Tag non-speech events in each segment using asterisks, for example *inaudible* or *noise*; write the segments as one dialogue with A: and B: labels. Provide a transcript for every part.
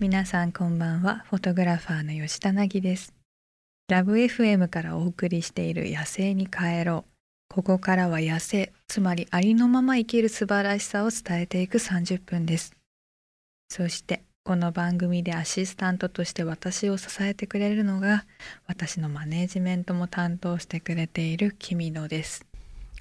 A: 皆さんこんばんはフォトグラファーの吉田凪ですラブ FM からお送りしている野生に帰ろうここからは野生つまりありのまま生きる素晴らしさを伝えていく30分ですそしてこの番組でアシスタントとして私を支えてくれるのが私のマネージメントも担当してくれている君野です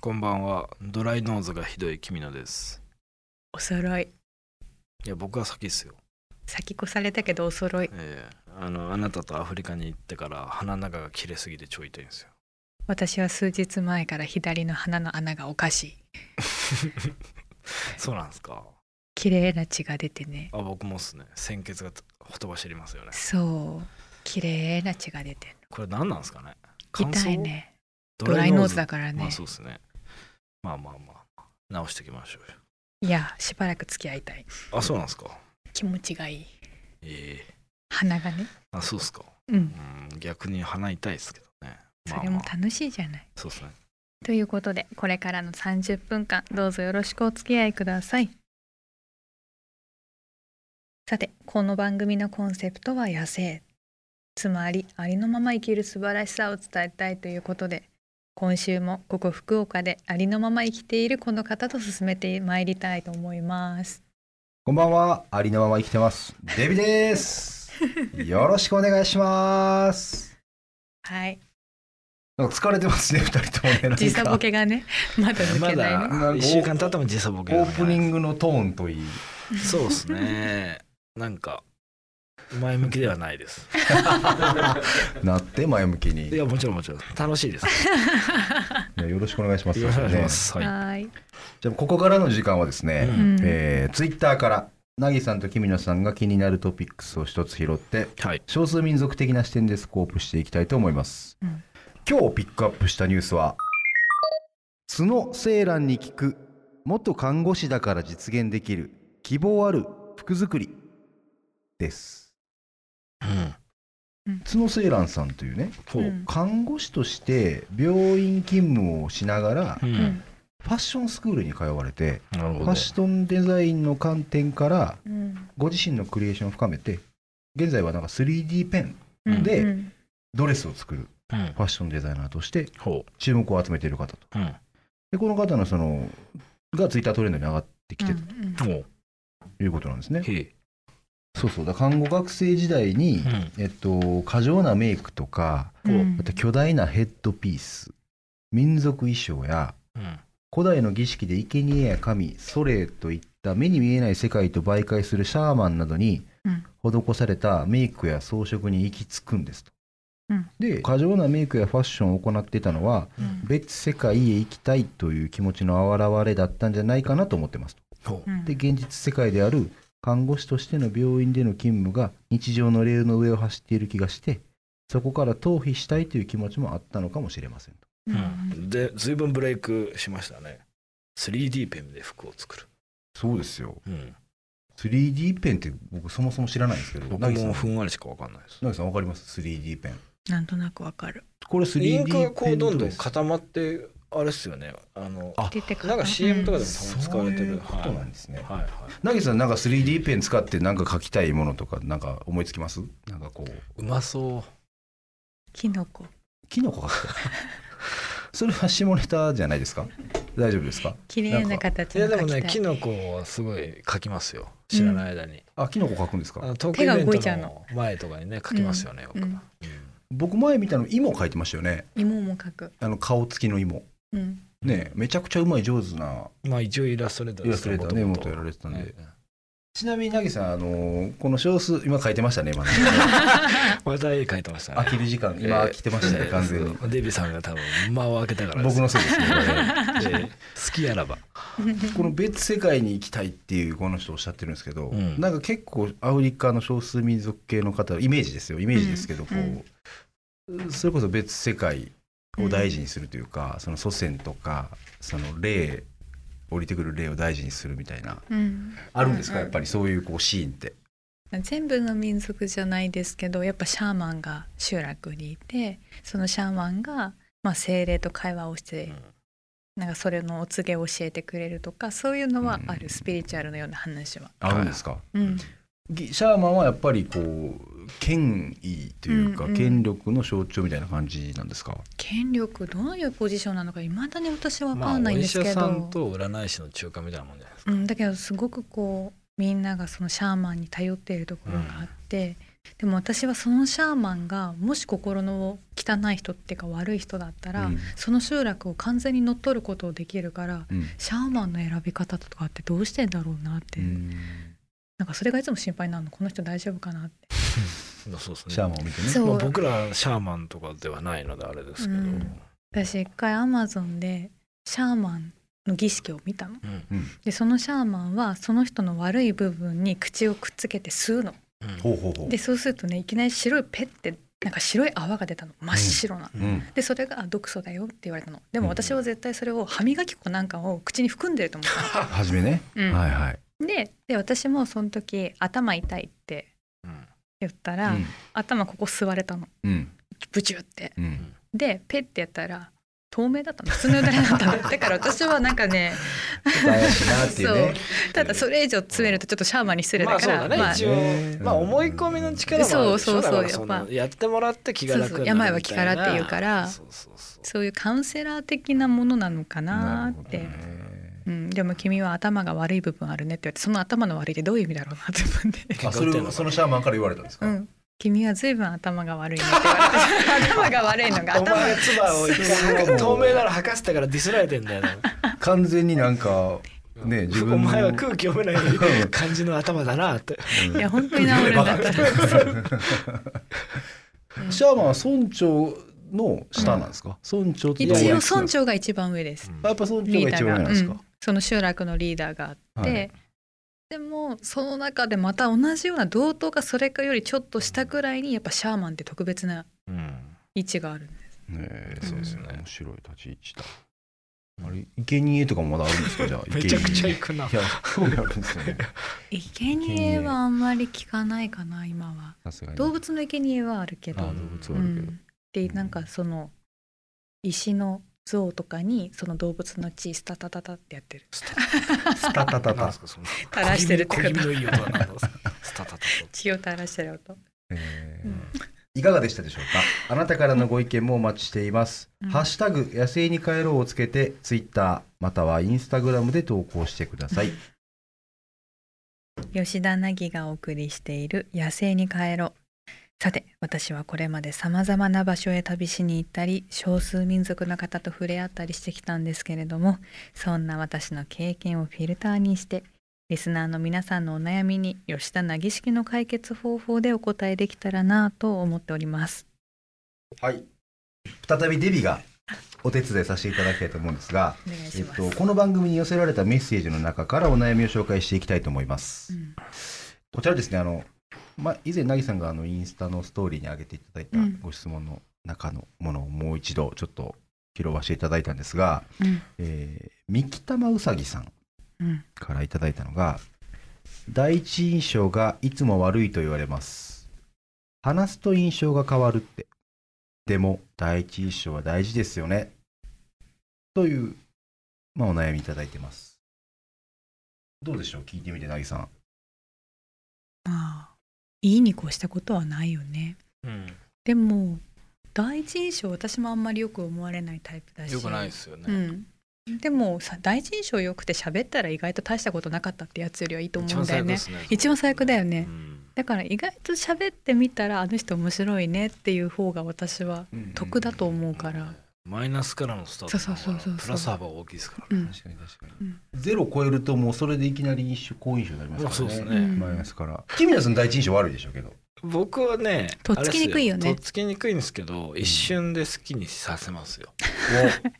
B: こんばんは。ドライノーズがひどい君のです。
A: お揃い
B: いや、僕は先っすよ。
A: 先越されたけどお揃い
B: ええあの、あなたとアフリカに行ってから鼻の中が切れすぎてちょい痛い
A: *laughs*
B: んですよ。
A: 私は数日前から左の鼻の穴がおかしい
B: そうなんですか。
A: 綺麗な血が出てね
B: あ、僕もっすね。鮮血がほとばしりますよね。
A: そう綺麗な血が出てる
B: これ何なんですかね。乾燥
A: 痛い。ねドライノーズだからね
B: まあそうですね。まあまあまあ。直していきましょうよ
A: いやしばらく付き合いたい
B: あ、そうなんですか。
A: 気持ちがいい
B: ええ
A: 鼻がね
B: あ、そうっすか。
A: うん
B: うん、逆に鼻痛いっすけどね。
A: そ
B: まあ
A: れ
B: ま
A: も
B: あ、
A: 楽しいじゃない
B: そうっすね。
A: ということでこれからの30分間どうぞよろしくお付き合いくださいさてこの番組のコンセプトは野生つまりありのまま生きる素晴らしさを伝えたいということで今週もここ福岡でありのまま生きているこの方と進めてまいりたいと思います
C: こんばんは、ありのまま生きてます。デビです。よろしくお願いします。
A: はい
C: なんか疲れてますね、二人ともね。なんか
A: 時差ボケがね *laughs* まだ抜
B: ま
A: けないね、
B: だ一週間経っても時差ボ
C: オ
B: ケが長い
C: ープニングのトーンといい。
B: そうですね。なんか前向きではないです。
C: なって前向き
B: *laughs*
C: に。
B: い
C: い
B: やもちろんもちろん楽しいです。
C: やよろしくお願いします。
B: よろしくお願いします。はい。
A: はい
C: じゃあ、ここからの時間はです
B: う
C: ね、
B: ん
A: うん
C: えー、ツイッターから、なぎさんときみのさんが気になるトピックスを一つ拾って、
B: はい。
C: 少数民族的な視点でスコープしていきたいと思います、
A: うん
C: 今日ピックアップしたニュースは角セーランに聞く元看護師だから実現できる希望ある服作りです
B: うん。
C: 角セーランさんというね
B: ほ
A: うん
B: う。
C: 看護師として病院勤務をしながら
B: う
A: うんん。
C: ファッションスクールに通われて
B: なる
C: フ
B: ほ
C: ァ
B: ど
C: ッ。ションデザインの観点から
A: うん
C: ご自身のクリエーションを深めて現在はなんか 3D ペン
A: うん
C: で
A: うん
C: ドレスを作る
B: うん
C: フ。ァッションデザイナーとして
B: ほ
C: 注目を集めている方と。
B: う。うん。
C: で、この方のその、がツイッタートレンドに上がってきて
A: うんうん
B: ほう。
C: ということなんですね。
B: へえ。
C: そうそう。だから看護学生時代に、
B: うん。
C: えっと、過剰なメイクとか、
A: うん
C: あと巨大なヘッドピース、民族衣装や、
B: うん。
C: 古代の儀式で生贄や神、ソレといった目に見えない世界と媒介するシャーマンなどに
A: うん
C: 施されたメイクや装飾に行き着くんですと。
A: うん
C: で、過剰なメイクやファッションを行っていたのは、
A: うん
C: 別世界へ行きたいという気持ちの表れだったんじゃないかなと思ってます。
B: ほ
A: うん
C: で、現実世界である看護師としての病院での勤務が日常のレールの上を走っている気がして、そこから逃避したいという気持ちもあったのかもしれませんと。
B: う。うん。で、ずいぶんブレイクしましたね。3D ペンで服を作る。
C: そうですよ。
B: うん。
C: 3D ペンって僕そもそも知らないんですけど、
B: 僕
C: なぎさん
B: も、ふんわりしかわかんないです。
C: なぎさんわかります ?3D ペン。
A: なんとなくわかる
C: これ 3D ペ
B: イ
C: ン
B: ンクがこうどんどん
C: です
B: 固まってあれっすよね。あの
C: あ
A: 出てくる
B: なんか CM とかでも使
C: そ
B: わ
C: う
B: れて
C: い
B: る。
C: うことなんですね。
B: はいはい。
C: なぎさんなんか 3D ペン使ってなんか書きたいものとかなんか思いつきますなんかこう。
B: うまそう。
A: キノコ
C: キノコが *laughs* それは下ネタじゃないですか大丈夫ですか
A: 綺麗な形
B: い
A: の
B: やで
A: 描
B: も
A: きたい
B: ねキノコはすごい描きますよ知らない間に、
C: あキノコ書くんです
B: あ
C: か
B: のトーク
A: 手
B: イ
A: が
B: ベ
A: 動い
B: ン
A: ち
B: ト
A: ゃう
B: の前とかにね描きますよね、
A: うん
B: 僕は、
C: 僕前見たの芋書いてましたよね
A: 芋も描く、
C: あの顔つきの芋
A: うん、
C: ねえめちゃくちゃうまい上手な
B: うんまあ一応イラストレーター
C: イ
B: で
C: ラ
B: す
C: ストレーターね
B: 元
C: 元
B: 々
C: やられてたんで、
B: ね
C: ちなみになぎさんあのーこの少数今書いてましたね今ね
B: また絵描いてました
C: 飽
B: ね
C: きる時間今飽きてま
B: *laughs*
C: したね、完全に
B: にデビさんが多分間を開けたから
C: 僕のせいですねこれね
B: 僕の好きやらば
C: この別世界に行きたいっていうこの人おっしゃってるんですけど、
B: うん
C: なんか結構アフリカの少数民族系の方イメージですよイメージですけど、こう、それこそ別世界を大事にするというか、その祖先とかその霊降りてくる霊を大事にするみたいな
A: うん
C: あるんですか、
A: うんうん
C: やっぱりそういうこうシーンって。
A: 全部の民族じゃないですけどやっぱシャーマンが集落にいてそのシャーマンが、まあ、精霊と会話をして、なんかそれのお告げを教えてくれるとかそういうのはある、
C: うん
A: スピリチュアルのような話は。
C: あるんですか、
A: うん
C: ぎシャーマンはやっぱりこう権威というか、
A: うんうん
C: 権力の象徴みたいな感じなんですか
A: 権力どういうポジションなのかいまだに私は分
B: まあ
A: かん
B: お
A: ないん
B: 医
A: です
B: 者
A: けど、
B: さんと占い師の中間みたいなもんじゃないですか、
A: うん、だけどすごくこうみんながそのシャーマンに頼っているところがあって、でも私はそのシャーマンがもし心の汚い人っていうか悪い人だったら、
C: うん
A: その集落を完全に乗っ取ることをできるから
C: うん
A: シャーマンの選び方とかってどうしてんだろうなって、
C: うん
A: なんかそれがいつも心配なのこの人大丈夫かなって。
B: まあそうですね
C: シャーマンを見てね
A: そう
B: まあ、僕らシャーマンとかではないのであれですけど、
A: う
B: うん
A: ん私一回アマゾンでシャーマンの儀式を見たの。
C: うん
A: でそのシャーマンはその人の悪い部分に口をくっつけて吸うの。
B: うん
C: ほうほうほう
A: でそうするとねいきなり白いペッてなんか白い泡が出たの真っ白な。
C: うん
A: でそれがあ毒素だよって言われたので
C: う
A: も
C: ん
A: 私は絶対それを歯磨き粉なんかを口に含んでると思った
C: 初めね、
A: の、
C: はいはい、
A: うんでで私もその時頭痛いって
B: うん
A: 言ったら、頭ここ吸われたの
C: うんうん
A: ブチュって
C: うん
A: でペッてやったら透明だったの普通のうだれだった
B: *laughs*
A: のだから私はなんかね
C: ちょっと怪しいなっていうね
A: ただそれ以上詰めるとちょっとシャーマンに失礼
B: ま
A: だ
B: あ
A: か
B: そう
A: ら、
B: だね、
A: まあ
B: 一応、まあ思い込みの力もあるでしょ
A: そうそうそう
B: だからそ
A: やっ
B: の
A: ぱ
B: やってもらって気が楽になる
A: そうそ
B: みたいな
A: う病は気からっていうから
B: そうそうそう
A: そういうカウンセラー的なものなのかなーっ
C: るほ
A: て、
C: どね
A: うん、でも君は頭が悪い部分あるねって言われてその頭の悪いってどういう意味だろうなって思うんで、
C: あそれそのシャーマンから言われたんですか、
A: うん、君は随分頭が悪いねって言われて頭が悪いのが
B: お
A: 頭
B: 前唾を一回
C: そう
B: 透明なの吐かせたからディスられてんだよな
C: 完全になんかね自分の
B: お前は空気読めない感じの頭だなって
A: いや本当に治るんだったら
C: シャーマンは村長の下なんですか、村長って
A: 一
C: どういう
A: 応
C: やつな
A: 村
C: んです
A: 長が一番上です
C: かやっぱ村長
A: リー
C: が
A: ダ
C: 一
A: ー
C: 番
A: が
C: 上なんです
A: う
C: か
A: ん、その集落のリーダーがあって、
C: はい
A: でもその中でまた同じような同等かそれかよりちょっと下くらいにやっぱシャーマンって特別な
B: うん
A: 位置があるんで
C: ねえ
A: そうです
B: ね
C: 面白い立ち位置だあれ生贄とかもまだあるんですかじゃあ
B: *laughs* めちゃくちゃ
C: い
B: 行くない
C: や興味あるんですよね
A: 生贄はあんまり聞かないかな今は
C: さすがに
A: 動物の生贄はあるけ
C: あ
A: ど
C: 動物
A: う
C: はあるけ
A: ん、
C: ど、
A: でなんかその石の像とかにその動物の血スタタタタってやってる
C: スタタ
B: な
C: タ
B: ん
C: タ
B: ですかその
A: 垂らしてるって
B: 小
A: こと
B: 気味のいい音は何なんですかスタタタ
A: 血を垂らしてる音
C: えー
A: うん
C: いかがでしたでしょうかあなたからのご意見もお待ちしています、
A: うん
C: ハッシュタグ野生に帰ろうをつけてツイッターまたはインスタグラムで投稿してください
A: 吉田凪がお送りしている「野生に帰ろう」さて私はこれまでさまざまな場所へ旅しに行ったり少数民族の方と触れ合ったりしてきたんですけれどもそんな私の経験をフィルターにしてリスナーの皆さんのお悩みに吉田凪式の解決方法でお答えできたらなぁと思っております。
C: はい再びデビがお手伝いさせていただきたいと思うんですが
A: お願い
C: え
A: し
C: っ
A: ます。
C: と、この番組に寄せられたメッセージの中からお悩みを紹介していきたいと思います。
A: うん
C: こちらですね、あの、まあ、以前、なぎさんがあのインスタのストーリーに上げていただいた
A: うん
C: ご質問の中のものをもう一度ちょっと拾わせていただいたんですが、
A: うん
C: えー、三木玉うさぎさん
A: うん
C: からいただいたのが、第一印象がいつも悪いと言われます。話すと印象が変わるって。でも、第一印象は大事ですよね。という、まあ、お悩みいただいてます。どうでしょう聞いてみて、なぎさん。
A: まあいいに越したことはないよね。
B: うん
A: でも第一印象私もあんまりよく思われないタイプだし
B: よくないですよ
A: う
B: ね
A: ん、でもさ第一印象良くて喋ったら意外と大したことなかったってやつよりはいいと思うんだよね
B: ね
A: 一番最悪だよね
B: うん
A: だから意外と喋ってみたらあの人面白いねっていう方が私は得だと思うから、
B: マイナスからのスタート
A: そうそうそうそうそう
B: プラス幅は大きいですから
A: うん
C: 確かに確かに、
A: うん
C: ゼロ超えるともうそれでいきなり印象好印象になりますからね
B: そうですね
A: うん
C: マイナスから君らその第一印象悪いでしょうけど
B: 僕はね
A: とっつきにくいよね
B: あれですとっつきにくいんですけど一瞬で好きにさせます
A: *laughs*
B: よ、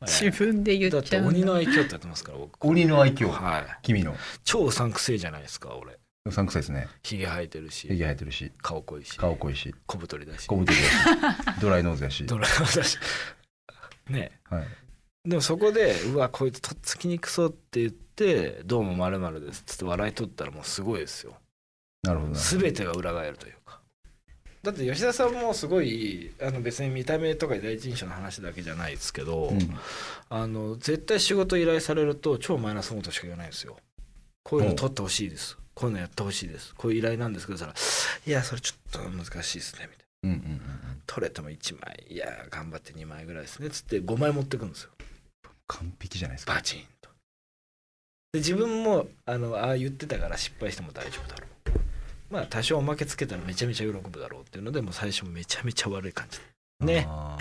B: はい
A: 自分で言
B: だ
A: っ
B: っ
A: ち
B: て
A: ゃう
B: 鬼の
A: の
B: 愛嬌ってやってますから僕
C: 鬼の愛嬌
B: はい
C: 君の
B: 超うさんくせえじゃないですか俺
C: うさんくさいですね
B: ひげ生えてるし
C: 髭生えてるし
B: 顔濃いし
C: 顔濃いし
B: 小太りだし
C: 小太りだしドライノーズや
B: *laughs*
C: し
B: ドラマだしね
C: はい、
B: でもそこでうわこいつとっつきにくそうって言ってどうもまるまるですっつって笑い取ったらもうすごいですよ
C: なるほどなるほど
B: 全てが裏返るというかだって吉田さんもすごいあの別に見た目とか第一印象の話だけじゃないですけど、
C: うん
B: あの絶対仕事依頼されると超マイナスのことしか言わないんですよこういうの取ってほしいですこういうのやってほしいですこういう依頼なんですけどそしたら「いやそれちょっと難しいですね」みたいな
C: うんうんうん
B: 「取れても1枚いや頑張って2枚ぐらいですね」つって5枚持ってくんですよ
C: 完璧じゃないですか
B: バチンとで自分もあのああ言ってたから失敗しても大丈夫だろうまあ多少おまけつけたらめちゃめちゃ喜ぶだろうっていうのでもう最初めちゃめちゃ悪い感じね
C: あ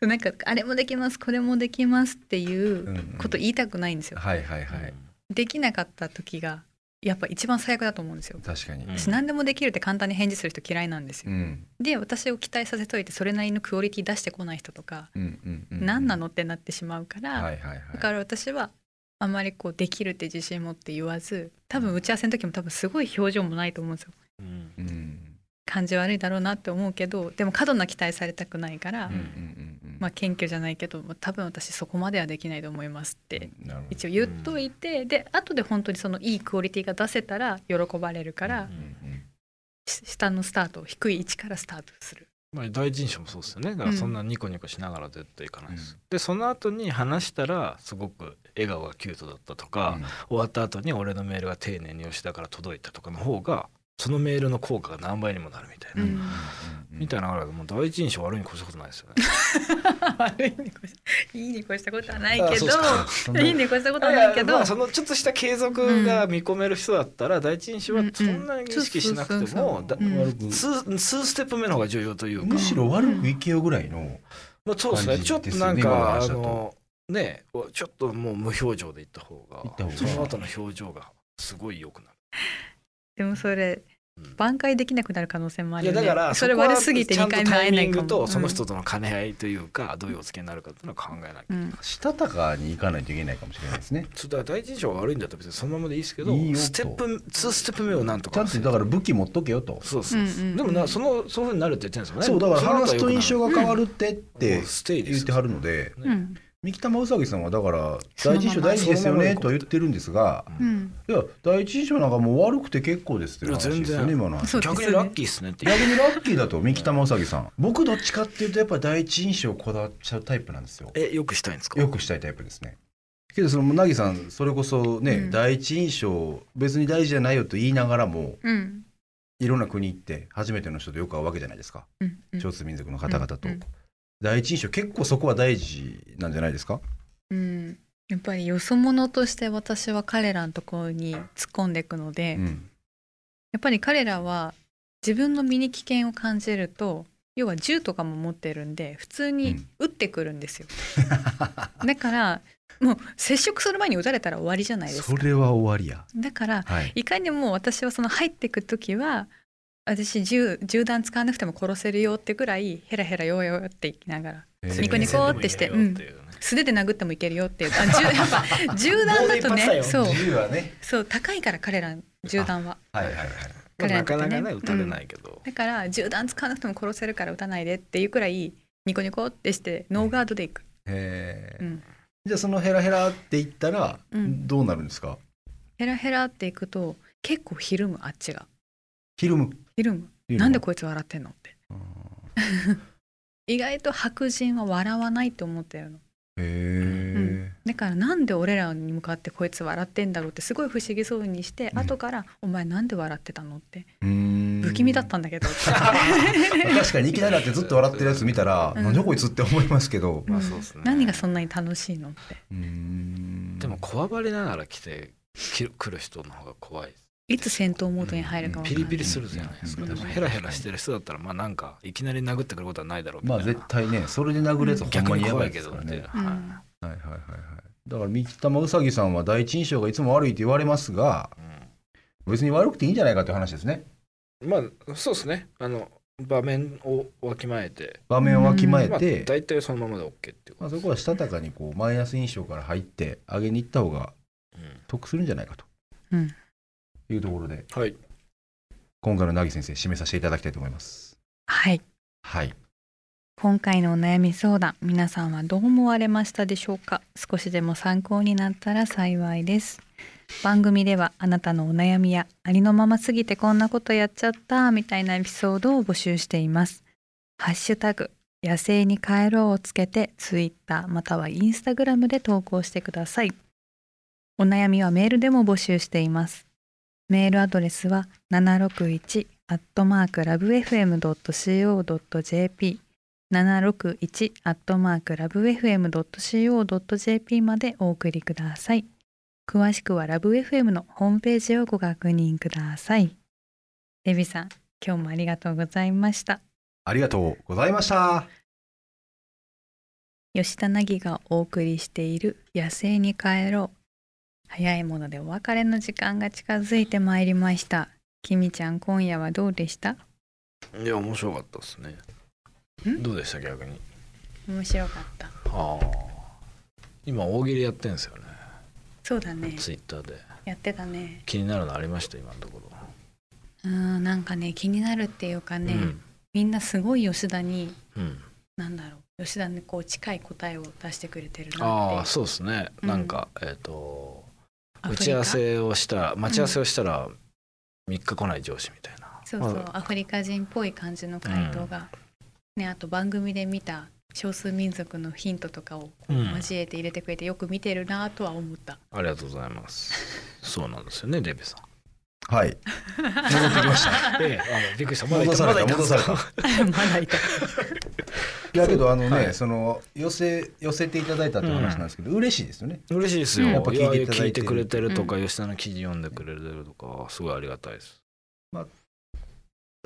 A: なんかあれもできますこれもできますってい
C: ーう
A: うん
C: うん
A: こと言いたくないんですよ、
C: はいはいはい、
A: できなかった時がやっぱ一番最悪だと思うんですよ
C: 確かに、
B: うん
A: 私何でもできるって簡単に返事する人嫌いなんです
C: う
A: よ、
C: ん
A: で私を期待させといてそれなりのクオリティ出してこない人とか、
C: うんうんうん、
A: 何なのってなってしまうから、
C: はいはいはい
A: だから私はあまりこうできるって自信持って言わず多分打ち合わせの時も多分すごい表情もないと思うんですよ
B: うん
C: うんうん
A: 感じ悪いだろうなって思うけどでも過度な期待されたくないから、
C: うんうんうん
A: まあ謙虚じゃないけどまあ多分私そこまではできないと思いますって
C: なるほど
A: 一応言っといて、で後で本当にそのいいクオリティが出せたら喜ばれるから、
B: うん
C: うん
A: し下のスタートを低い位置からスタートす
B: *laughs*
A: る。
B: まあ、第一印象もそうですよねだからそんなニコニコしながら絶対いかないです、
C: うん
B: でその後に話したらすごく笑顔がキュートだったとか、終わった後に俺のメールが丁寧に吉田から届いたとかの方がそのメールの効果が何倍にもなるみたいな、
A: うん
B: みたいなのがもう第一印象悪いに越したことないですよね
A: 悪いに越したいいに越したことはないけ
B: あそう
A: ど
C: そんない
A: いに越したことはないけ
B: や
A: ど
B: まあそのちょっとした継続が見込める人だったら、第一印象はそんなに意識しなくても、だ
A: うん
C: 悪く
B: 数数ステップ目の方が重要というか、
C: むしろ悪くいけよぐらいの
B: まあ、そうですね
C: 感
B: ちょっ
C: じ
B: と
C: です
B: な
C: よ
B: ん
C: ね
B: か
C: 今の
B: あ
C: 話だと
B: のねちょっともう無表情で行った方が
C: 行った方が
B: その後の表情がすごい良くなる。
A: でもそれ
B: うん
A: 挽回できなくなる可能性もあ
B: い
A: る
B: や
A: よね
B: だから
A: それ
B: こは
A: 悪すぎて
B: ちゃ
A: 2
B: んと
A: 回目
B: タ
A: 会え
B: イ
A: な
B: ミ
A: い
B: ン
A: か
B: グ
A: も
B: とその人との兼ね合いというかどういうお付き合いになるかっていうのは考えなきゃいけ
A: う
B: ない
A: んうん
C: したたかにいかないといけないかもしれないですね
B: それだから第一印象が悪いんだったら別にそのままでいいですけど
C: いいよと
B: ステップ2ステップ目をなんと
C: ちゃ
B: か
C: んとだから武器持っとけよと
B: そうそうそう
A: うんうんうん
B: でもなそのそういうふうになるって言ってるんですよね
C: そうだから話すと印象
B: が
C: が変わるってって
B: ステイで
C: 言っ
B: す
C: てはるので
B: ね
A: うん
C: 三木玉うさぎさんはだから
A: そのまま
C: 第一印象大事ですよ
B: そのまま行
C: ね
B: こう
C: とは言ってるんですが
B: う
A: うん
C: いや第一印象なんかもう悪くて結構ですっていう話ですよ
B: いや全
C: ね
B: 然
C: 今の話
A: そう
B: 逆にラッキーっすねって言う
C: 逆にラッキーだと三木玉うさぎさん僕どっちかっていうとやっぱ第一印象こだわっちゃうタイプなんですよ
B: えよくしたいんですか
C: よくしたいタイプですねけどそのなぎさんそれこそね、
A: うん
C: 第一印象別に大事じゃないよと言いながらも
A: うん
C: いろんな国行って初めての人とよく会うわけじゃないですか
A: うんうん
C: 少数民族の方々と、
A: うんうん
C: 第一印象結構そこは大事なんじゃないですか
A: うんやっぱりよそ者として私は彼らのところに突っ込んでいくので、
C: うん
A: やっぱり彼らは自分の身に危険を感じると要は銃とかも持ってるんで普通に撃ってくるんですよ、 *laughs* だからもう接触する前に撃たれたら終わりじゃないです
C: そ
A: か
C: れは終わりや
A: だから
C: はい
A: いかにも私はその入ってく時は私銃銃弾使わなくても殺せるよってぐらいヘラヘラヨーヨーって言いながらニコニコってして
B: うんっていうね
A: 素手で殴ってもいけるよっていうあ銃やっぱ銃弾だと
B: 棒で一発だ
A: ね
B: よ
A: そう
C: 自由はね
A: そう高いから彼ら銃弾は
C: はいはいはい
B: ま
A: 彼らに
B: あな
A: と
B: か
A: ってね
B: なかね打たれないけど
A: だから銃弾使わなくても殺せるから撃たないでっていうくらいニコニコってしてノーガードでいく、
C: へ
A: う
C: え、
A: ん、
C: じゃあそのヘラヘラって言ったら
A: うん
C: どうなるんですか、
A: ヘラヘラっていくと結構ひるむあっちが
C: ひるむ
A: ひるむなんでこいつ笑ってんのって
C: うん
A: 意外と白人は笑わないと思ってるの
C: へえ、
A: だからなんで俺らに向かってこいつ笑ってんだろうってすごい不思議そうにして、
C: うん
A: 後から「お前なんで笑ってたの?」って
C: うー
A: 「
C: ん
A: 不気味だったんだけど」って
C: 確かにいきなりだってずっと笑ってるやつ見たら、
A: うん
C: なんじゃこいつって思いますけど、
B: まあそうっすね
A: 何がそんなに楽しいのって
C: うーん
B: でもこわばりながら来てき来る人の方が怖い
A: いつ戦闘モードに入るかわかん
B: ピ
A: ない、
B: リピリするじゃないですか
A: うん
B: でもヘラヘラしてる人だったらまあなんかいきなり殴ってくることはないだろうみ
C: ま
B: たい
C: あ
B: な
C: 絶対ねそれで殴るやつほん
B: 逆
C: ま
B: に
C: にやば
B: 怖
C: い
B: いけ
C: です
B: ど
C: から
B: みたい
C: ね
B: な
A: うん
B: はい
C: はいはいはいはいだから三木玉うさぎさんは第一印象がいつも悪いと言われますが別に悪くていいんじゃないかという話ですね
B: うんまあそうですねあの場面をわきまえて
C: 場面をわきまえ
B: まあ
C: て、
B: 大体そのままで OK っていう
C: ま
B: こ
C: あ、
B: と
C: そこはしたたかにこうマイナス印象から入って上げに行った方が
B: うん
C: 得するんじゃないかと
A: うん
C: いうところで
B: はい
C: 今回の凪先生締めさせていただきたいと思います
A: はい
C: はい
A: 今回のお悩み相談皆さんはどう思われましたでしょうか少しでも参考になったら幸いです番組ではあなたのお悩みやありのまますぎてこんなことやっちゃったみたいなエピソードを募集していますハッシュタグ野生に帰ろうをつけてツイッターまたはインスタグラムで投稿してくださいお悩みはメールでも募集しています。メールアドレスは761アットマークラブ FM.co.jp 761アットマークラブ FM.co.jp までお送りください。詳しくはラブ FM のホームページをご確認ください。デビさん、今日もありがとうございました。
C: ありがとうございました。
A: 吉田凪がお送りしている「野生に帰ろう」早いものでお別れの時間が近づいてまいりましたきみちゃん今夜はどうでした
B: いや面白かったですね
A: ん
B: どうでした逆に
A: 面白かった
B: ああ今大喜利やってんですよね
A: そうだね
B: ツイッターで
A: やってたね
B: 気になるのありました今のところ、
A: うーんなんかね気になるっていうかね、
B: うん
A: みんなすごい吉田に
B: うん、
A: なんだろう吉田にこう近い答えを出してくれてる
B: あ
A: な
B: あ
A: って
B: そうですね、
A: うん
B: なんかえっ、と
A: アフ
B: 打
A: リカ
B: ち合わせをした待ち合わせをしたら3日来ない上司みたいな、
A: そうそう、
B: まあ
A: アフリカ人っぽい感じの回答が、ねあと番組で見た少数民族のヒントとかをこう
B: うん
A: 交えて入れてくれてよく見てるなとは思った、
B: ありがとうございますそうなんですよねデビさん
C: はい。戻ってきました。
B: ええあびっくりしたまだい
C: 戻
B: た
C: さ
B: まだい
C: れた、
B: た
C: 戻された。
A: *laughs*
C: い
A: まだいた
C: やけど、あのね、
B: はい
C: その、寄せ、寄せていただいたって話なんですけど、嬉しいですよね。
B: 嬉しいですよ、
A: うん
B: や
A: や
B: っ
C: っ
B: ぱ
C: ぱ
B: 聞い
C: 聞い
B: て
C: ていただいてる
B: くれてるとか、吉田の記事読んでくれてるとかすごいありがたいです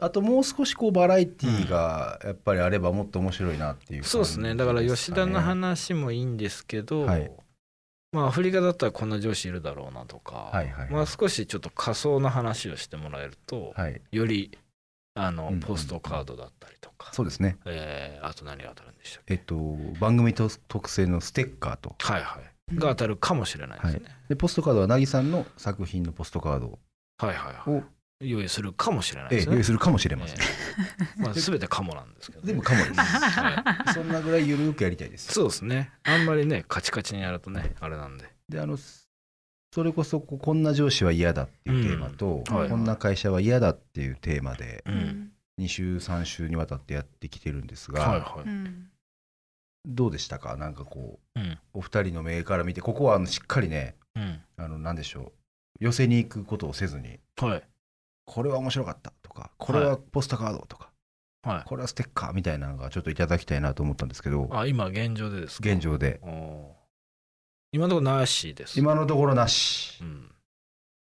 C: あともう少しこうバラエティーがやっぱりあればもっと面白いなっていう感じ
B: そうですねだから吉田の
C: ですかね
B: 話もいいんですけど、
C: はい
B: まあアフリカだったらこんな上司いるだろうなとか、
C: はいはいはい
B: まあ、少しちょっと仮想の話をしてもらえると、
C: はい
B: よりあの、
C: うんうん
B: ポストカードだったりとか
C: そうですね
B: えーあと何が当たるんでしたっ
C: えっと番組と特製のステッカーと
B: けはいはい、
A: うん
B: が当たるかもしれないですね、
C: でポストカードはなぎさんの作品のポストカード
B: はい、はいはい
C: を、
B: 用意するかもしれない
C: え
B: で
C: え
B: すね、
C: 用意するかもしれません、
B: ええまあ、全てかもなんですけど、
C: 全部かもです
B: は
C: *laughs* そんなぐらいゆるくやりたいです
B: そうですねあんまりねカチカチにやるとねあれなんで
C: であのそれこそこうこんな上司は嫌だっていうテーマと、
B: うんはい
C: こんな会社は嫌だっていうテーマで
B: う、
A: うんん
C: 2週3週にわたってやってきてるんですが、
B: はいは
A: う
B: い、
A: ん
C: どうでしたかなんかこう
B: うん
C: お二人の目から見てここはあのしっかりね
B: うん
C: あの何でしょう寄せに行くことをせずに
B: はい
C: これは面白かったとかこれ
B: は
C: はポスターカードとか、
B: はい
C: これはステッカーみたいなのがちょっといただきたいなと思ったんですけど
B: あ今現状でですか
C: 現状で
B: おー今のところなしです
C: 今のところなし
B: うん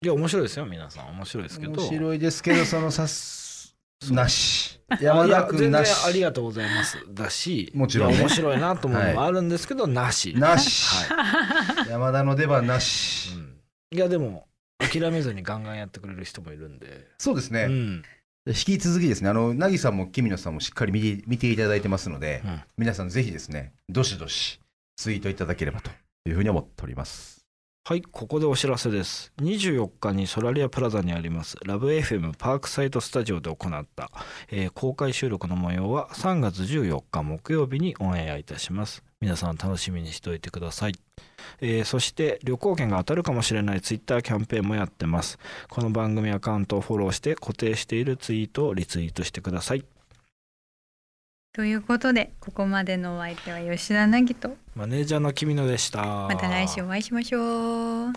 B: いや面白いですよ皆さん面白いですけど
C: 面白いですけどそのさす
B: *laughs* そう
C: なし
B: あ
C: 山
B: いや
C: 田
B: 全
C: 君
B: 然
C: な
B: あり
C: し
B: がとうございますだし
C: もちろんね
B: いや面白いなと思うのも
C: は
B: あるんですけど、なし
C: なし
B: は、
C: 山田の出番ないし、
B: うん、いやでも諦めずにガンガンやってくれる人もいるんで、
C: そうですね、
B: うん
C: 引き続きですねあの凪さんも君野さんもしっかり見て見ていただいてますので、
B: うん
C: 皆さんぜひですねどしどしツイートいただければというふうに思っております
B: はい、ここでお知らせです。24日にソラリアプラザにありますラブ FM パークサイトスタジオで行った、えー公開収録の模様は3月14日木曜日にオンエアいたします。皆さん楽しみにしておいてください。えーそして旅行券が当たるかもしれないツイッターキャンペーンもやってます。この番組アカウントをフォローして固定しているツイートをリツイートしてください。
A: ということでここまでのお相手は吉田凪と
B: マネージャーの君野でした。 *laughs*
A: また来週お会いしましょう。